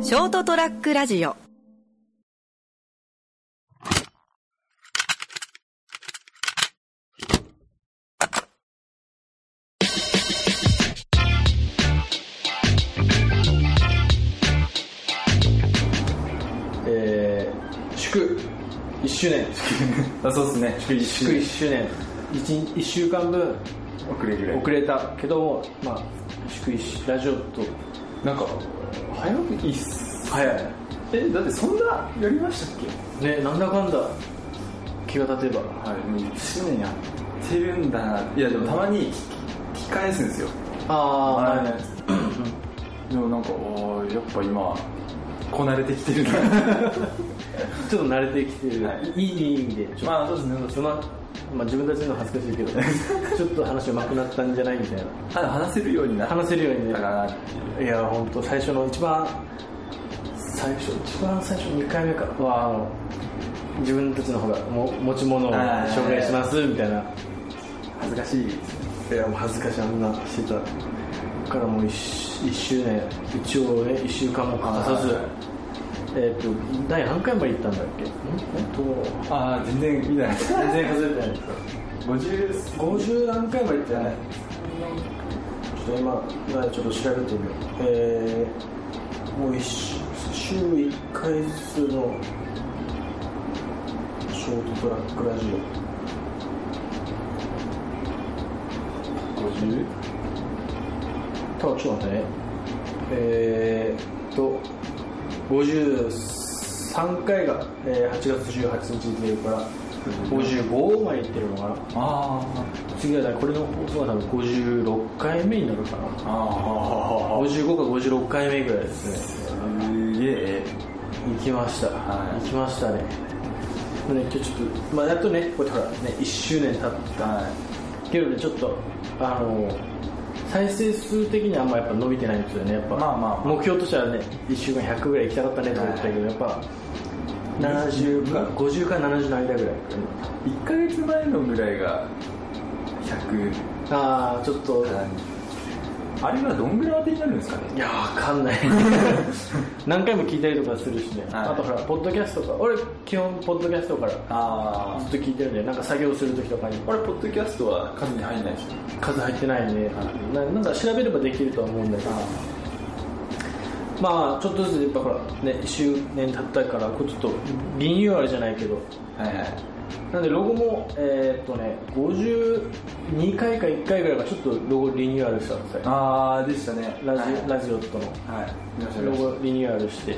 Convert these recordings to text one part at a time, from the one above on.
ショートトラックラジオえー、祝1周年あそうですね。祝祝1周年 1, 1週間分遅れる遅れたけども、まあ、祝1ラジオとなんか早いっす。早いえだってそんなやりましたっねなんだかんだ気が立てばけ？はいもう一年やってるんだな。いやでもたまに聞き返すんですよ。あはいでもなんかあーやっぱ今こなれてきてるな。ちょっと慣れてきてる、はいい、いい意味でちょっと、 まあそうですね。まあまあ、自分たちの恥ずかしいけどちょっと話うまくなったんじゃないみたいなただ話せるようになっ話せるようにたねかなっていう。いや本当最初の一番最初一番最初2回目かはあの自分たちの方がも持ち物をはい紹介しますみたいな恥ずかしいですね。いやもう恥ずかしいあんなしてただからもう 1, 周年一応ね1週間も欠かさずはいえっ、と第何回まで行ったんだっけんえっとああ全然見ない。全然外れてないですか 五十50何回まで行ってないちょっと今、まあちょっと調べてみよう。えー、もう一週週1回ずつのショートトラックラジオ。五十ただちょっと待ってね。えーっと、53回が、えー、8月18日でいうから、55まで行ってるのかな。あ次はだからこれの放送が多分56回目になるかな。あああ55か56回目ぐらいですね。すげえ行きました、はい行きましたねでね今日ちょっと、まあ、やっとねこうやってほらね1周年経ったはけどねちょっとあの再生数的にはあんまやっぱ伸びてないんですよねやっぱ、まあまあ目標としてはね1週間100ぐらい行きたかったねと思ったけど、やっぱ70か50から70の間ぐらいい1ヶ月前のぐらいが100ああちょっと、あれはどんぐらい当てになるんですかねいやわかんない 何回も聞いたりとかするしね、はいあとほらポッドキャストか俺基本ポッドキャストからあずっと聞いてるんでなんか作業する時とかにあれポッドキャストは数に入んないですよ数入ってないんで、ななんか調べればできるとは思うんだけど、まあちょっとずつやっぱほらね1周年経ったからこうちょっとリニューアルじゃないけどはいはいなんでロゴもえーっとね52回か1回ぐらいがちょっとロゴリニューアルしたんですよああでしたねラジ,、はいラジオとのはい見ましたロ見ましゴリニューアルして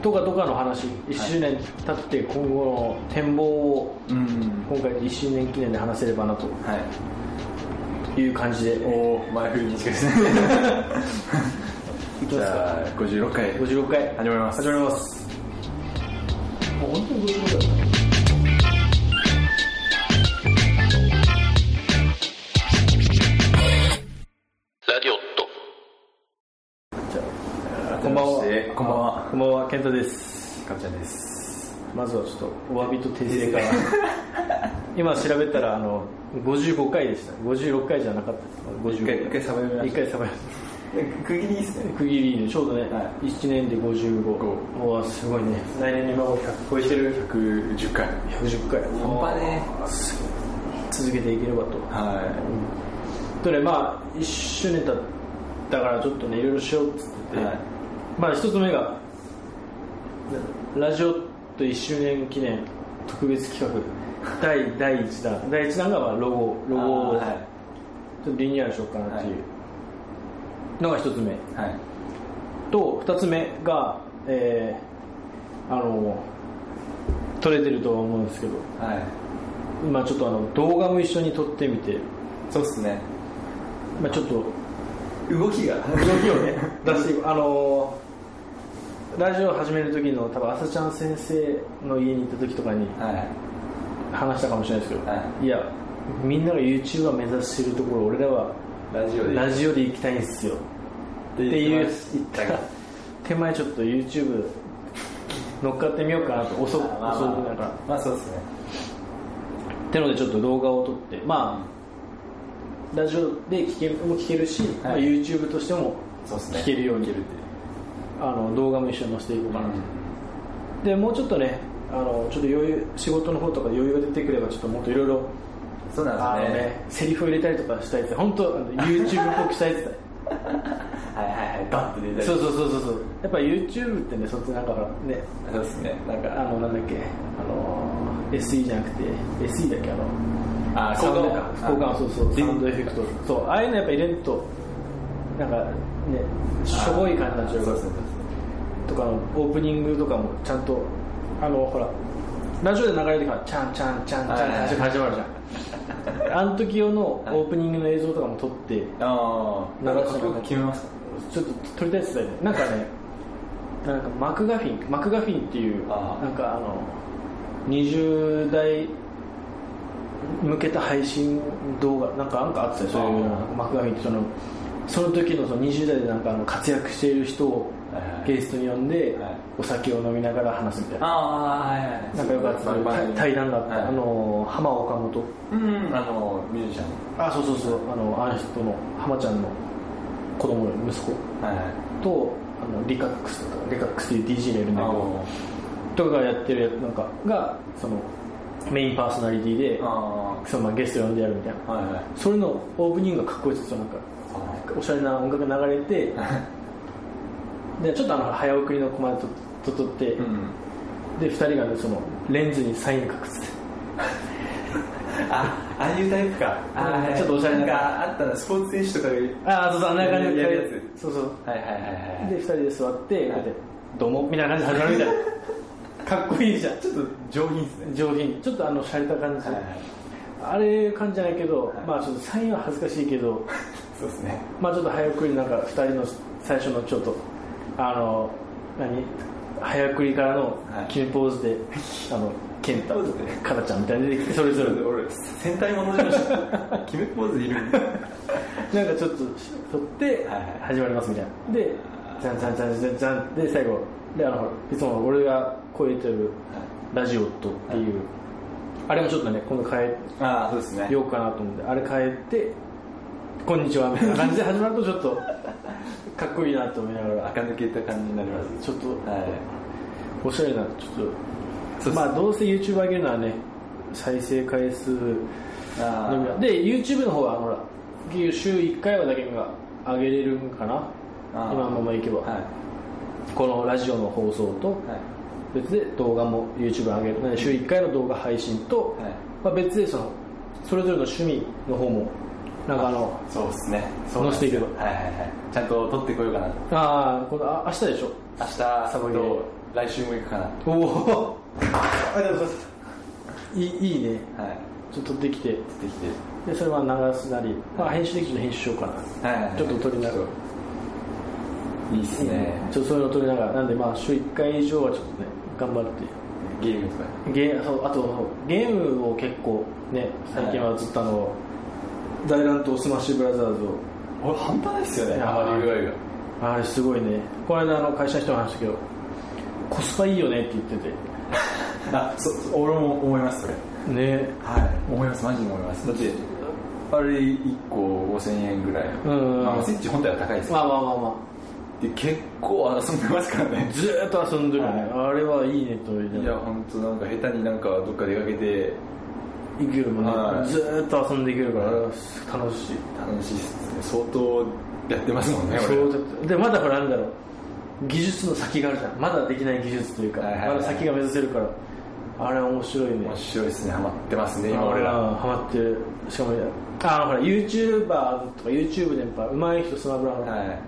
とかとかの話1周年経って今後の展望をたうん今回1周年記念で話せればなとはいいう感じでおお前風にしかしないいきじますかゃあ56回56回始まります始まりますもう本当に56回ラディオット。こんばんはえーこんばんはこんばんは健太ですかっちゃんですまずはちょっとお詫びと訂正から 今調べたらあの55回でした56回じゃなかったです55一回一回サバ読みました一回サバ読区切りいいっすねみ区切りにちょうどね、は1年で55おおすごいね来年に今頃100超えてる110回110回半端ね続けていければとはとねまあ1周年経ったからちょっとねいろいろしようっつっていて、はいまあ一つ目がラジオと1周年記念特別企 画第第1弾第1弾がまあロゴロゴをあーはいちょっとリニューアルしようかなっていうのが一つ目はいと二つ目がえー、あの撮れてるとは思うんですけどはい今ちょっとあの動画も一緒に撮ってみて、そうっすねまあ、ちょっと動きが動動きをね出してあのーラジオ始める時の多分朝ちゃん先生の家に行った時とかにはい話したかもしれないですけど、、はいやみんなが YouTuber 目指してるところ俺らはラジオでラジオで行きたいんですよってい言うってまし言ったた手前ちょっと YouTube 乗っかってみようかなと遅く遅くまあながらまあそうですねってのでちょっと動画を撮ってまあラジオで聞けも聞けるし、まあ、はい YouTube としてもそうっすね聞けるようにるっあの動画も一緒に載せていこうかなと、でもうちょっとねあのちょっと余裕仕事の方とか余裕が出てくればちょっともっといろいろそうあなんのですねねセリフを入れたりとかしたやつ本当あの YouTube っぽくしたやつだよはいはいはいガッと出たり そうそうそうそうそうやっぱ YouTube ってねそっちなんかほらねそうですねなんあかのなんだっけあの SE じゃなくて SE だっけあのあ交サウン換ド音交換音そうそうサウンドエフェクトそうああいうのやっぱ入れるとなんかねしょぼい感じになっちゃうそうからですねとかのオープニングとかもちゃんとあのほらラジオで流れるからチャンチャンチャンチャンって始まるじゃんあの時用のオープニングの映像とかも撮ってああなんかかっこよく決めましたちょっと撮りたいっすねなんかねなんかマクガフィンマクガフィンっていうあーなんかあの20代向けた配信動画なんかなんかあったよそういうあーマクガフィンってそのその時のその20代でなんかあの活躍している人をはいはいゲストに呼んではいお酒を飲みながら話すみたいなああはいはいなんかよくあった番組対談があったあはいの浜岡本うんあのミュージシャあそうそうそうあのあの人の浜ちゃんの子供の息子ンはいはいとあのリカックスとかリカックスっていう DJ がいるんだけどあとかがやってるやつなんかがそのメインパーソナリティでーあそのまあゲスト呼んでやるみたいなーはいはいそれのオープニングがかっこいいですよなんかおしゃれな音楽が流れてでちょっとあの早送りのコマで撮撮って、うんで2人が、ね、そのレンズにサイン書くっつってあああいうタイプかあーはいちょっとおしゃれなんかあったなスポーツ選手とかよりああそうそうあんな感じでやるやそうそうはいはいはいはいで2人で座ってこうやって「どうも」みたいな感じで始まるみたいなかっこいいじゃんちょっと上品ですね上品ちょっとあの洒落た感じ、はいはいあれ感じじゃないけど、いまあちょっとサインは恥ずかしいけど、そうですねまあちょっと早送りなんか2人の最初のちょっとあの何早送りからのはい君ポーズで、あの健太ポーズでかなちゃんみたいに出てきてそれぞ れ俺戦隊ものじました決めポーズいるなんかちょっと撮ってはいはい始まりますみたいなでじゃんじゃんじゃんじゃんじゃんで最後であのいつも俺が声入れてるラジオットっていう、あれもちょっとね今度変え ああそうですね ようかなと思ってあれ変えて「こんにちは」みたいな感じで始まるとちょっとかっこいいなと思いながら垢抜けた感じになりますちょっとはいおしゃれなちょっそとうっすまあどうせ YouTube 上げるのはね再生回数のあみだーで YouTube の方はほら週1回はだけが上げれるんかなあー今のままいけば、はいこのラジオの放送とはい別で動画も YouTube 上げるなので週1回の動画配信と、はいまあ、別でそのそれぞれの趣味の方もなんかあのそうですねそう載せていけばはいはいはいちゃんと撮ってこようかなとああこのあ明日でしょ明日サボりでと来週も行くかなおおありがとうございますいいいいねとはいちょっと取ってきて撮ってきてでそれは流すなり、まあ、編集できると編集しようかなはいはいはいちょっと撮りながらいいっすねちょっとそういうの撮りながらなんでまあ週1回以上はちょっとね頑張ってゲームとかゲーそうあとゲームを結構ね最近はずっとあの大乱闘スマッシュブラザーズを俺半端ないっすよねいやハマり具合があれすごいねこの間あの会社の人が話したけどコスパいいよねって言ってあそそ俺も思いますそれてねはい思いますマジで思いますだってあれ1個5000円ぐらいんうんまあスイッチ本体は高いですよまあまあまあまあで結構遊んでますからねずーっと遊んでるよね、あれはいいねと言いないやがら本当なんか下手になんかどっか出かけていけるもんね、はいずーっと遊んでいけるからあれは楽しい楽しいっすね相当やってますもんね俺そうだってでまだほらなんだろう技術の先があるじゃんまだできない技術というか、はいはいはいまだ先が目指せるからあれは面白いね面白いっすねハマってますねあ今俺俺ららはハマってるしかもあのほら YouTuber とか YouTube でやっぱ上手い人スマブラの、はい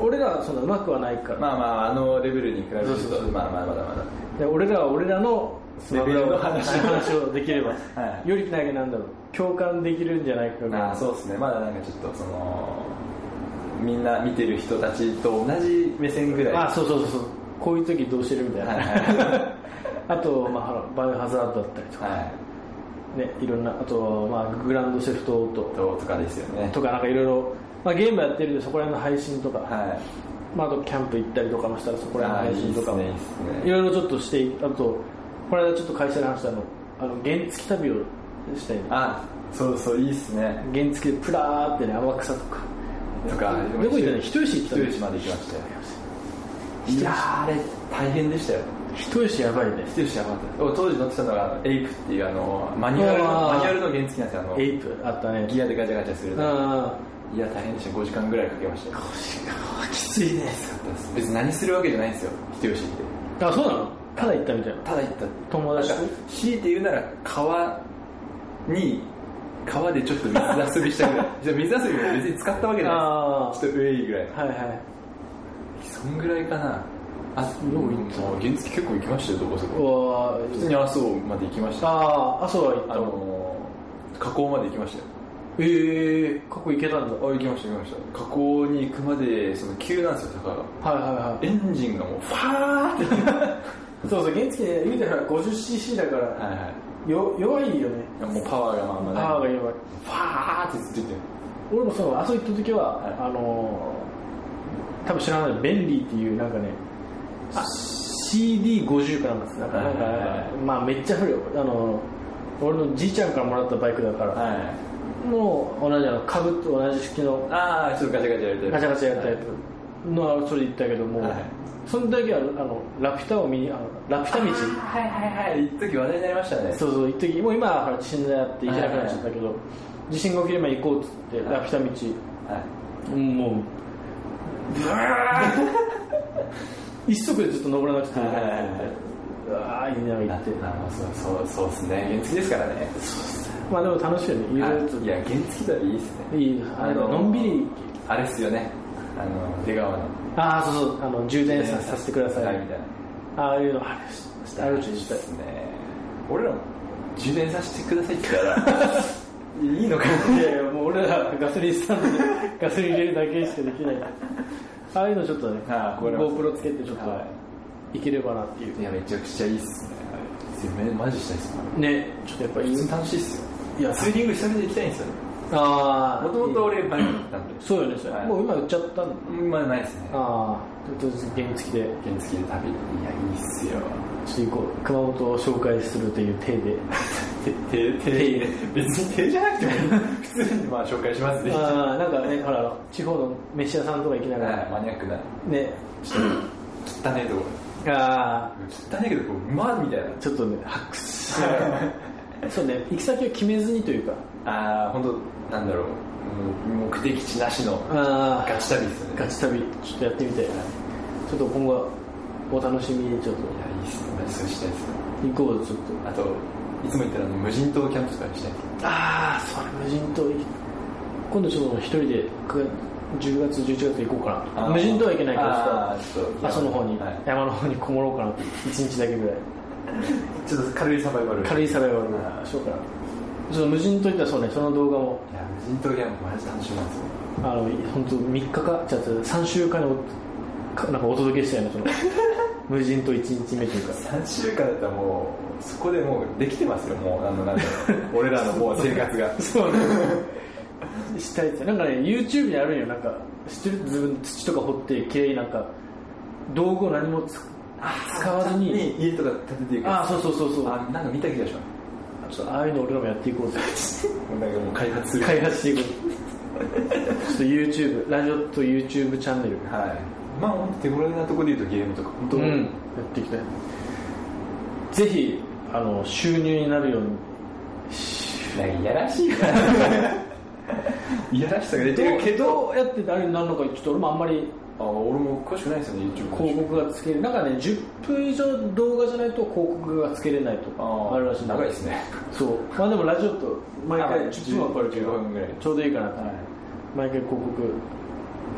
俺らはそんな上手くはないから、まあまああのレベルに比べるとそうそうそうまあまあまだまだで俺らは俺らのスマブラレベをルの話話をできれば、はいより投げなんだろう共感できるんじゃないかぐらいああそうですねまだなんかちょっとそのみんな見てる人たちと同じ目線ぐらいあそうそうそうそうこういう時どうしてるみたいな、はいは あと、まあほら、バイオハザードだったりとか、はいね、いろんなあと、まあ、グランドセフトオートととかですよねとかなんかいろいろ、まあ、ゲームやってるんでそこら辺の配信とか、はいまあ、あとキャンプ行ったりとかもしたらそこら辺の配信とかもあーいいっすねいいっすいねろいろちょっとしていあとこれ間ちょっと会社で話したあのあの原付旅をしたいねあそうそういいっすね原付でプラーってね天草とかとかどこ行ったの人吉行った人の吉まで行きましたよいやーあれ大変でしたよ一石やばいね一人やばかったです当時乗ってたのがエイプっていうあのマニュアルのあーマニュアルの原付なんですよあのエイプあったねギアでガチャガチャするとあいや大変でした5時間ぐらいかけましたよあきついね別に何するわけじゃないんですよ人吉ってあそうなのただ行ったみたいなただ行った友達となんか強いて言うなら川に川でちょっと水遊びしたぐ らいじゃあ水遊びも別に使ったわけじゃなあいですちょっとウェイぐらいあはいはいそんぐらいかなあどう行もったう原付結構行きましたよどこそこわ普通に阿蘇まで行きましたあああそうは行ったあのー河口まで行きましたよええ過去行けたんだあ行きました行きました河口に行くまでその急なんですよ坂がはいはいはいエンジンがもうファ ーってそうそう、原付で言うたら 50cc だから、はいはいよ弱いよね。いやもうパワーがまあまあパないワーが弱い。ファーってずっと言ってる俺もそう、遊び行った時は、はいあのー、多分知らない、ベンリーっていうなんかね、CD50 かなんかですなんか、なんかはいはいはいまあめっちゃ古いよ。あのー、俺のじいちゃんからもらったバイクだから、はいもう同じあの、株と同じ式のああちょっとガチャガチャやりたいガチャガチャやったやつの、それで行ったけども、はいその時はあの、ラピュタを見に、あのラピュタ道。はいはいはい一時話題になりましたねそうそう、一時もう今は地震であって行けなくなっちゃったけど、地震が起きれば行こうっつって、はいラピュはいタ道、もう、ブワー一足でずっと登らなくて、はいはいはいはいうわー、いいながら行って、あそうそうそうですね原付ですからねまあでも楽しいよね、いろいろいや原付だといいですと、ねいい、あののんびり、あれっすよねあの出川のああ、そうそう、あの充電ささせてくださはいいみ、たいなああいうの、あれ、あるうちにしたいで。すね俺らも充電させてくださいって言ったらいいのかいやいや、もう俺らガソリンスタンドでガソリン入れるだけしかできない。ああいうのちょっ とね、はいこれは GoPro つけてちょっと、、はいければなっていうい。やめちゃくちゃいいっすねめマジしたいっすねね、ちょっとやっぱい普通いに。楽しいっすよいやツーリング久々に行きたいんですよねああ。もともと俺バイクだったんでそうよね、それはいもう今売っちゃったんだ。まあないっすねああ。ちょっと原付きで、原付で旅いやいいっすよちょっと行こう。熊本を紹介するという体で。手手手別に手じゃなくても普通にまあ紹介しますねは ああ、なんかね、ほら、地方の飯屋さんとか行きないがら、マニアックなね、あ汚ねえところ汚ねえけどこうまあみたいなあ、ちょっとね、発掘しながらそうね、行き先を決めずにというか、ああ本当なんだろうもう目的地なしのああ。ガチ旅ですよねガチ旅ちょっとやってみて、ちょっと今後はお楽しみにちょっいやいいっすねマジそうしたいっすねと行こうちょっとあといつも言ったらあの無人島キャンプとかにしたいっすああそれ無人島行き今度ちょっと一人でく10月11月行こうかなあー無人島は行けないけどあーちょっとちょっと阿蘇の方に、はい山の方にこもろうかな1日だけぐらいちょっと軽いサバイバル軽いサバイバあルーしようかなちょっと無人島行ったらそうねその動画もいや無人島キャンプマジ楽しみなんですよあの本当3日かじゃあ3週間におかなんかお届けしたよねそ の無人島1日目というか3週間だったらもうそこでもうできてますよもうあのなんだろ う俺らのもう生活がそうね。したいって。なんかね、YouTube にあるんよ。なんか、知ってる自分土とか掘って、綺麗になんか、道具を何もつ使わずに。家とか建てていくああ、そうそうそうそう。あなんか見た気がしまちょっとああいうの俺らもやってい こうぜ。すなんかもう開発する開発していこう。ちょっと YouTube、ラジオと YouTube チャンネル。はいまあ本当手頃なところで言うとゲームとか本当、うん。やっていきたい。ぜひ、あの、収入になるように。なんかいやら しいないやらしさが出てるけどどうやってあれになるのか、ちょっと俺もあんまりあ俺も詳しくないですよね YouTube 広告がつけるなんかね10分以上動画じゃないと広告がつけれないとあかああるらしいんだ長いですねそうまあでもラジオと毎あまあ回10分は超えるけど15分ぐらいちょうどいいかなって毎回広告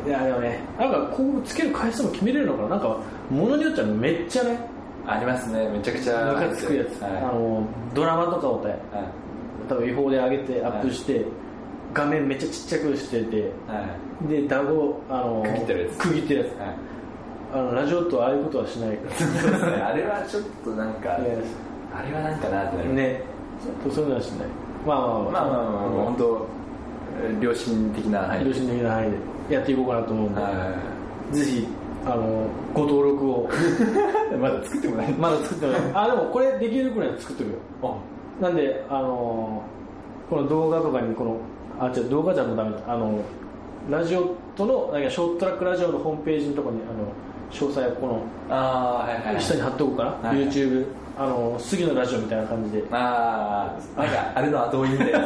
いやでもねなんか広告つける回数も決めれるのかななんかものによっちゃめっちゃねありますねめちゃくちゃムカつくやつ、はいあのドラマとかをねは多分違法で上げてアップして、画面めっちゃちっちゃくしてていはいでダゴあの区切ってるやつ区切ってるやつはいあのラジオとああいうことはしないからそうですねあれはちょっとなんかい やあれはなんかなってなるねちょっとそういうのはしないまあまあまあまあまあまあ、まあ、本当良心的な範囲良心的な範囲でやっていこうかなと思うんで、はぜひあのご登録を いまだ作ってもないまだ作ってないあでもこれできるくらいは作ってくよあなんであのこの動画とかにこのあ違う動画じゃもうダメだあのラジオとのなんかショートトラックラジオのホームページのところにあの詳細をこのああーはいはいはい下に貼っとこうかな、はい YouTube あの杉のラジオみたいな感じでああなんかあれの後追いみたいな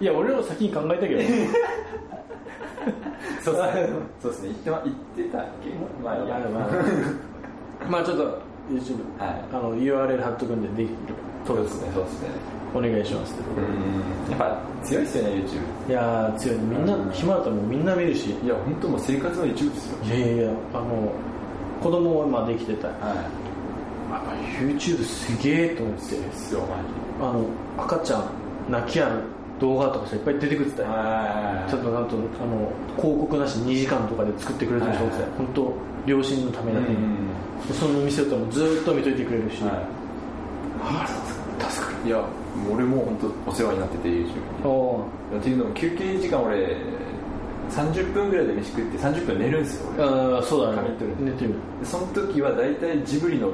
いや俺らも先に考えた けどそうっすねそうですね言って,、ま、言ってたっけまあいいやまあまあ まあちょっと YouTube、はいあの URL 貼っとくんでできるそうですねそうですねお願いしますうんやっぱ強いっすよね YouTube いやー強いみんうんな暇だともうみんな見るしいや本当もう生活の一部ですよいやいやいやあの子供も今できてたやっはぱ YouTube すげえと思っていですよマジあの赤ちゃん泣きやる動画とかさいっぱい出てくってたよはいちょっとなんとあの広告なし2時間とかで作ってくれてるでしょはいって本当両親のためうだけにんその店とかもずーっと見といてくれるし、はい助かるいやもう俺も本当お世話になってて YouTube おおにっていうのも休憩時間俺30分ぐらいで飯食って30分寝るんですよ俺あーそうだね髪取る寝てるでその時は大体ジブリの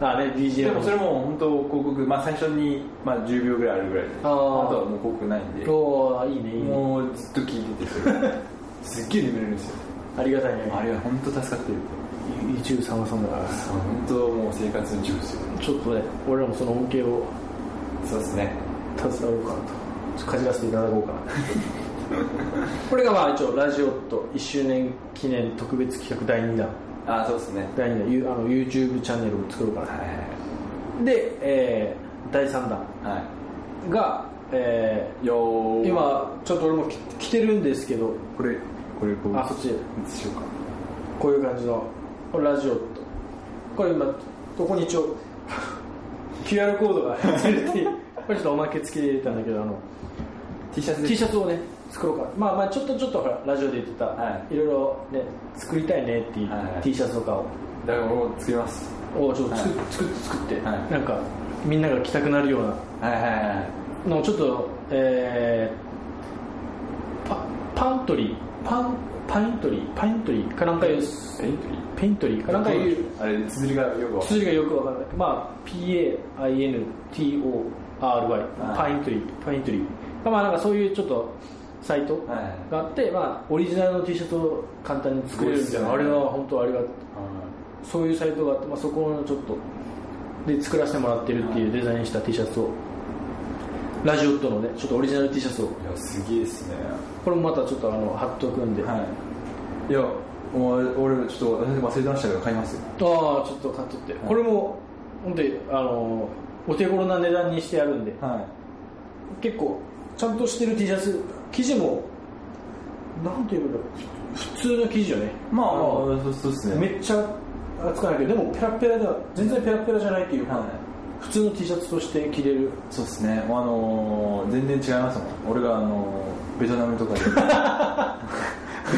ああね DJ でもそれも本当広告、まあ、最初に、まあ、10秒ぐらいあるぐらいでああーとはもう広告ないんでおーいいねいいねもうずっと聞いててそれすっげえ眠れるんですよありがたいねあれは本当助かってる YouTube 様さんだから本当もう生活の一部ですよちょっとね俺らもその恩恵をそうですね携わろうかなとちょっとかじらせていただこうかな これがまあ一応ラジオと1周年記念特別企画第2弾ああそうですね第2弾ゆあの YouTube チャンネルを作ろうかはないで、えー第3弾はが、えいよーー今ちょっと俺もき着てるんですけどこれこれこうあそっちいつしようかこういう感じのこれラジオとこれ今ここに一応 QR コードが入っててこれちょっとおまけ付きで入れたんだけどあの T シャツで T シャツをね作ろうかまあまあちょっとちょっとほらラジオで言ってた、、はいろいろね作りたいねっていうはいはい T シャツとかを,、だからもう作りますをちょっと作,、作って作って、はいなんかみんなが着たくなるようなはいはいはいのをちょっとえーパパントリーパンパイントリーパイントリーかなんかいうペイントリーペイントリーかなんかいうあれ綴りがよくわかん数字がよくわかんないまあ PAINTORY パイントリーパイントリーまあなんかそういうちょっとサイト、ないはいがあって、まあ、オリジナルの T シャツを簡単に作れるみたいな、すごあいっれすねは本当ありがたいそういうサイトがあって、まあ、そこのちょっとで作らせてもらってるっていうデザインした T シャツをラジオットのねちょっとオリジナル T シャツをいやすげえですねこれもまたちょっとあの貼っとくんで、あはいいやもう俺ちょっと私忘れてましたけど買いますあちょっと買っとって、これも本当にあのお手頃な値段にしてあるんでは結構ちゃんとしてる T シャツ生地もなんていうんだろう普通の生地よねいまああのそうそうですねめっちゃ暑くないけどでもペラペラでは全然ペラペラじゃないっていうか、はい普通の T シャツとして着れ るそうですねもうあのー全然違いますもん俺があのーベトナムとかでは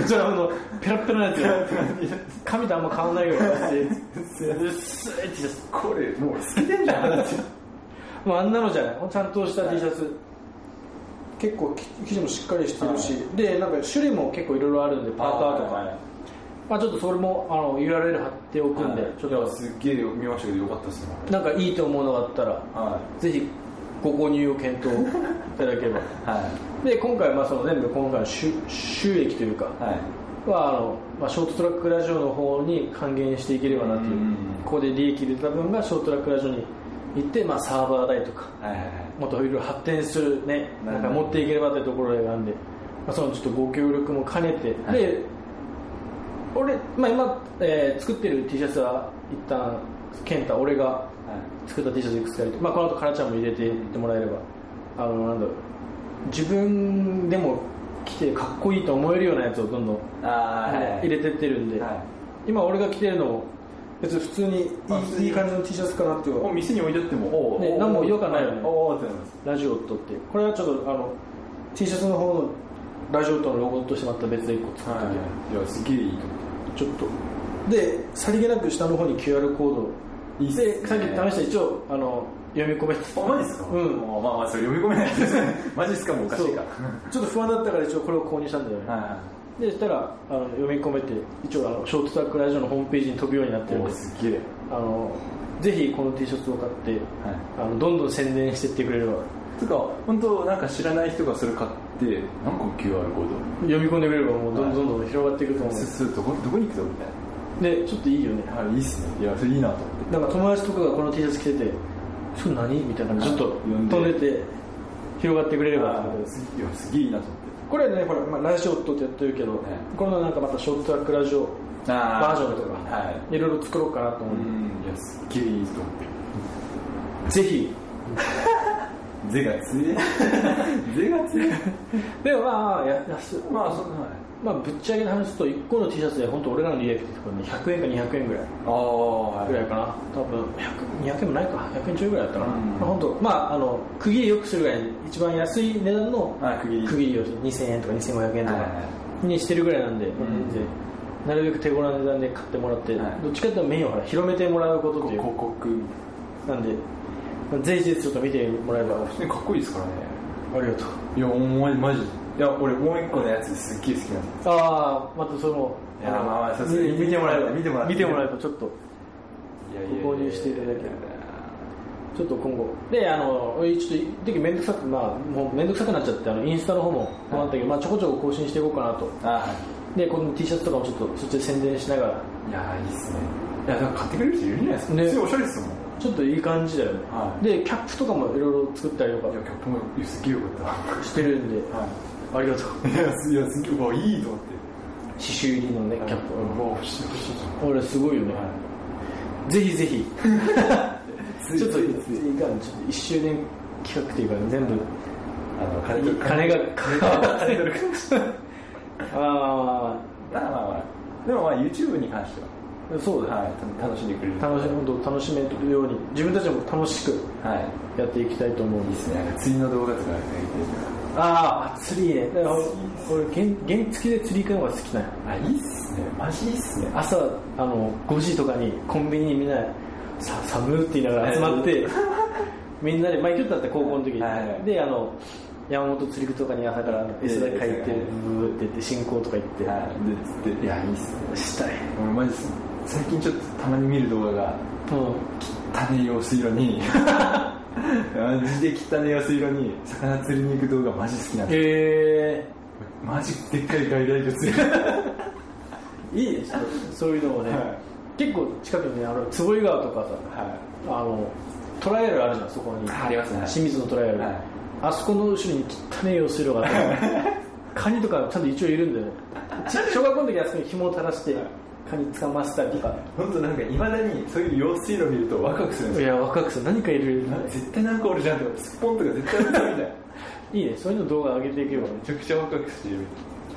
じゃああのペラペラなやつよ 髪とあんま変わんないような感じで薄い T シャツ これもう好きてんじゃんもうあんなのじゃないちゃんとした T シャツ、結構き生地もしっかりしてるし、でなんか種類も結構いろいろあるんでパーカーとかまあ、ちょっとそれもあの URL 貼っておくんで、はいちょっいやとすっげえ見ましたけどよかったですねなんかいいと思うのがあったらはぜひご購入を検討いただければいはいで今回まあその全部今回の収収益というか、はいはあの、まあ、ショートトラックラジオの方に還元していければなという、うんここで利益出た分がショートトラックラジオに行って、まあ、サーバー代とかはいはいはいもっといろいろ発展するねななるんほどか持っていければというところなんで、まあ、そのちょっとご協力も兼ねて、はいで俺、まあ、今、えー作ってる T シャツは一旦健太俺が作った T シャツいくつか入れて、まあ、この後カラちゃんも入れていってもらえればあのなんだろう自分でも着てかっこいいと思えるようなやつをどんどんあーはい入れてってるんで、は今俺が着てるのも別に普通にいい,、まあ普通にいい感じの T シャツかなっていいもうう店に置いてあってもおーねおー何も違和感ないよねおーってなりますラジオットってこれはちょっとあの T シャツの方のラジオットのロゴとしてまた別で1個作ってて、いやすげえいいと思ちょっとでさりげなく下の方に QR コードいいっすねでさっき試した一応あの読み込めてあ、マジですかうんもまあまあ、それ読み込めないですね。 マジですかもうおかしいかちょっと不安だったから一応これを購入したんだよね、ら。はいはでそしたらあの読み込めて一応あのショートトラックラジオのホームページに飛ぶようになってい。るんおーですすげえ。あのぜひこの T シャツを買ってはい。あのどんどん宣伝してってくれればつうか本当なんか知らない人がそれ買ってなんか QR コー読み込んでくれればもうどんどんどんどん広がっていくとド思すすどこどこに行くぞみたいうでちょっといいよねなあいいっすねいやそれいいなと思ってなんか友達とかがこの T シャツ着てて「それ何?」みたいな感じでちょっと呼んで飛んでて広がってくれればとあ思ってーいやすげえいいなと思ってこれねほら、まあ、ラジオットってやってるけど、ええこのなんかまたショートトラックラジオバージョンとか、、はいろいろ作ろうかなと思ううんいやすっげえいいと思ってぜひゼが 強えゼが強えでもまあや安いまあそんなはいまあぶっちゃけな話すると1個の T シャツで本当俺らの利益ってところに100円か200円ぐらいああはぐらいかな多分100 200円もないか100円ちょいぐらいだったかな、うんまあ、本当まああの区切りよくするぐらい一番安い値段のはい区切り区切りを2000円とか2500円とはいはかにしてるぐらいなんで、ん全然なるべく手頃な値段で買ってもらって、はいどっちかっていうとメインをほら広めてもらうことってい広う告なんで、ぜひぜひちょっと見てもらえば普通にかっこいいですからねありがとう。いやお前マジいや俺もう一個のやつすっげえ好きなんですああ、またそれも、いやあのまあまあさすがに見見てもらえば、見てもらえば見てもらえば、ちょっと、購入していただければちょっと今後。で、あの、ちょっと、一時めんどくさく、まあ、もうめんどくさくなっちゃって、あの、インスタの方も、困ったけど、まあ、ちょこちょこ更新していこうかなと。ああで、この T シャツとかもちょっと、そっちで宣伝しながら、いやいいっすねいやだから買ってくれる人いるんじゃないですかね普通におしゃれっすもんちょっといい感じだよね。はいで、キャップとかもいろいろ作ったりといやかキャップもすっげえよかったしてるんで、はありがとう。いいやすいやすっげえうわいいと思って刺繍入りのね、キャップ。うわ欲しい欲しい俺、すごいよね。ぜひぜひ。ちょっと、いいかちょっと1周年企画っていうか、全部、あの金取る金が金取るあまあまあまあでもまあ YouTube に関してはあ、そうだ、はい楽しんでくれる楽し本当楽しめるように、自分たちも楽しくはいやっていきたいと思うんいいでっす。すねなんか釣りの動画とかねああ、釣りね。だから俺、俺原原付きで釣り行くのが好きなんよあいいっすねマジいいっすね朝、あの、5時とかにコンビニにみんな、さ、寒ー って言いながら集まって、みんなで、まあ、行くんだって高校の時に、はいはいで、あの、山本釣り具とかに朝から餌で書いはいて、ブーって言って、進行とか言って、はいで釣っていやいいっすねしたい。俺マジっすね最近ちょっとたまに見る動画がうん。汚い用水路にマジで汚い用水路に魚釣りに行く動画マジ好きなんですよへマジでっかい外来魚釣りえいいです ねそういうのもね、は結構近くにねあの坪井川とかはさあのトライアルあるじゃんそこにありますね清水のトライアル、はいあそこの後ろに汚い用水路があってカニとかちゃんと一応いるん だよねち小学校の時はあそこに紐を垂らしてカニ捕ませたりとか本当なんかいまだにそういう用水路見るとワクワクするんいですよや若くさ何かいるな絶対なんかおるじゃんとかスッポンとか絶対おるじゃんみたいないいねそういうの動画上げていけばねめちゃくちゃワクワクしてる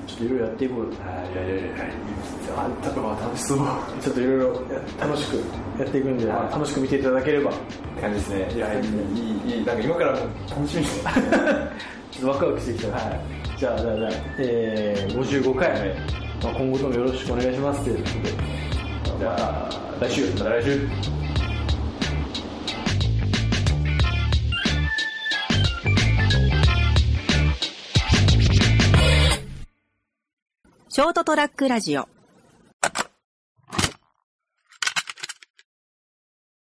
ちょっといろいろやっていこうよあいやいやいやあんたとは楽しそうちょっといろいろ楽しくやっていくんで、はい楽しく見ていただければ感じですねいやいいいいいいなんか今からもう楽しみですねちょっとワクワクしてきたな、はじゃあじゃあじゃあ、えー、55回目、まあ、今後ともよろしくお願いしますということでじゃあ来週また来週ショートトラックラジオ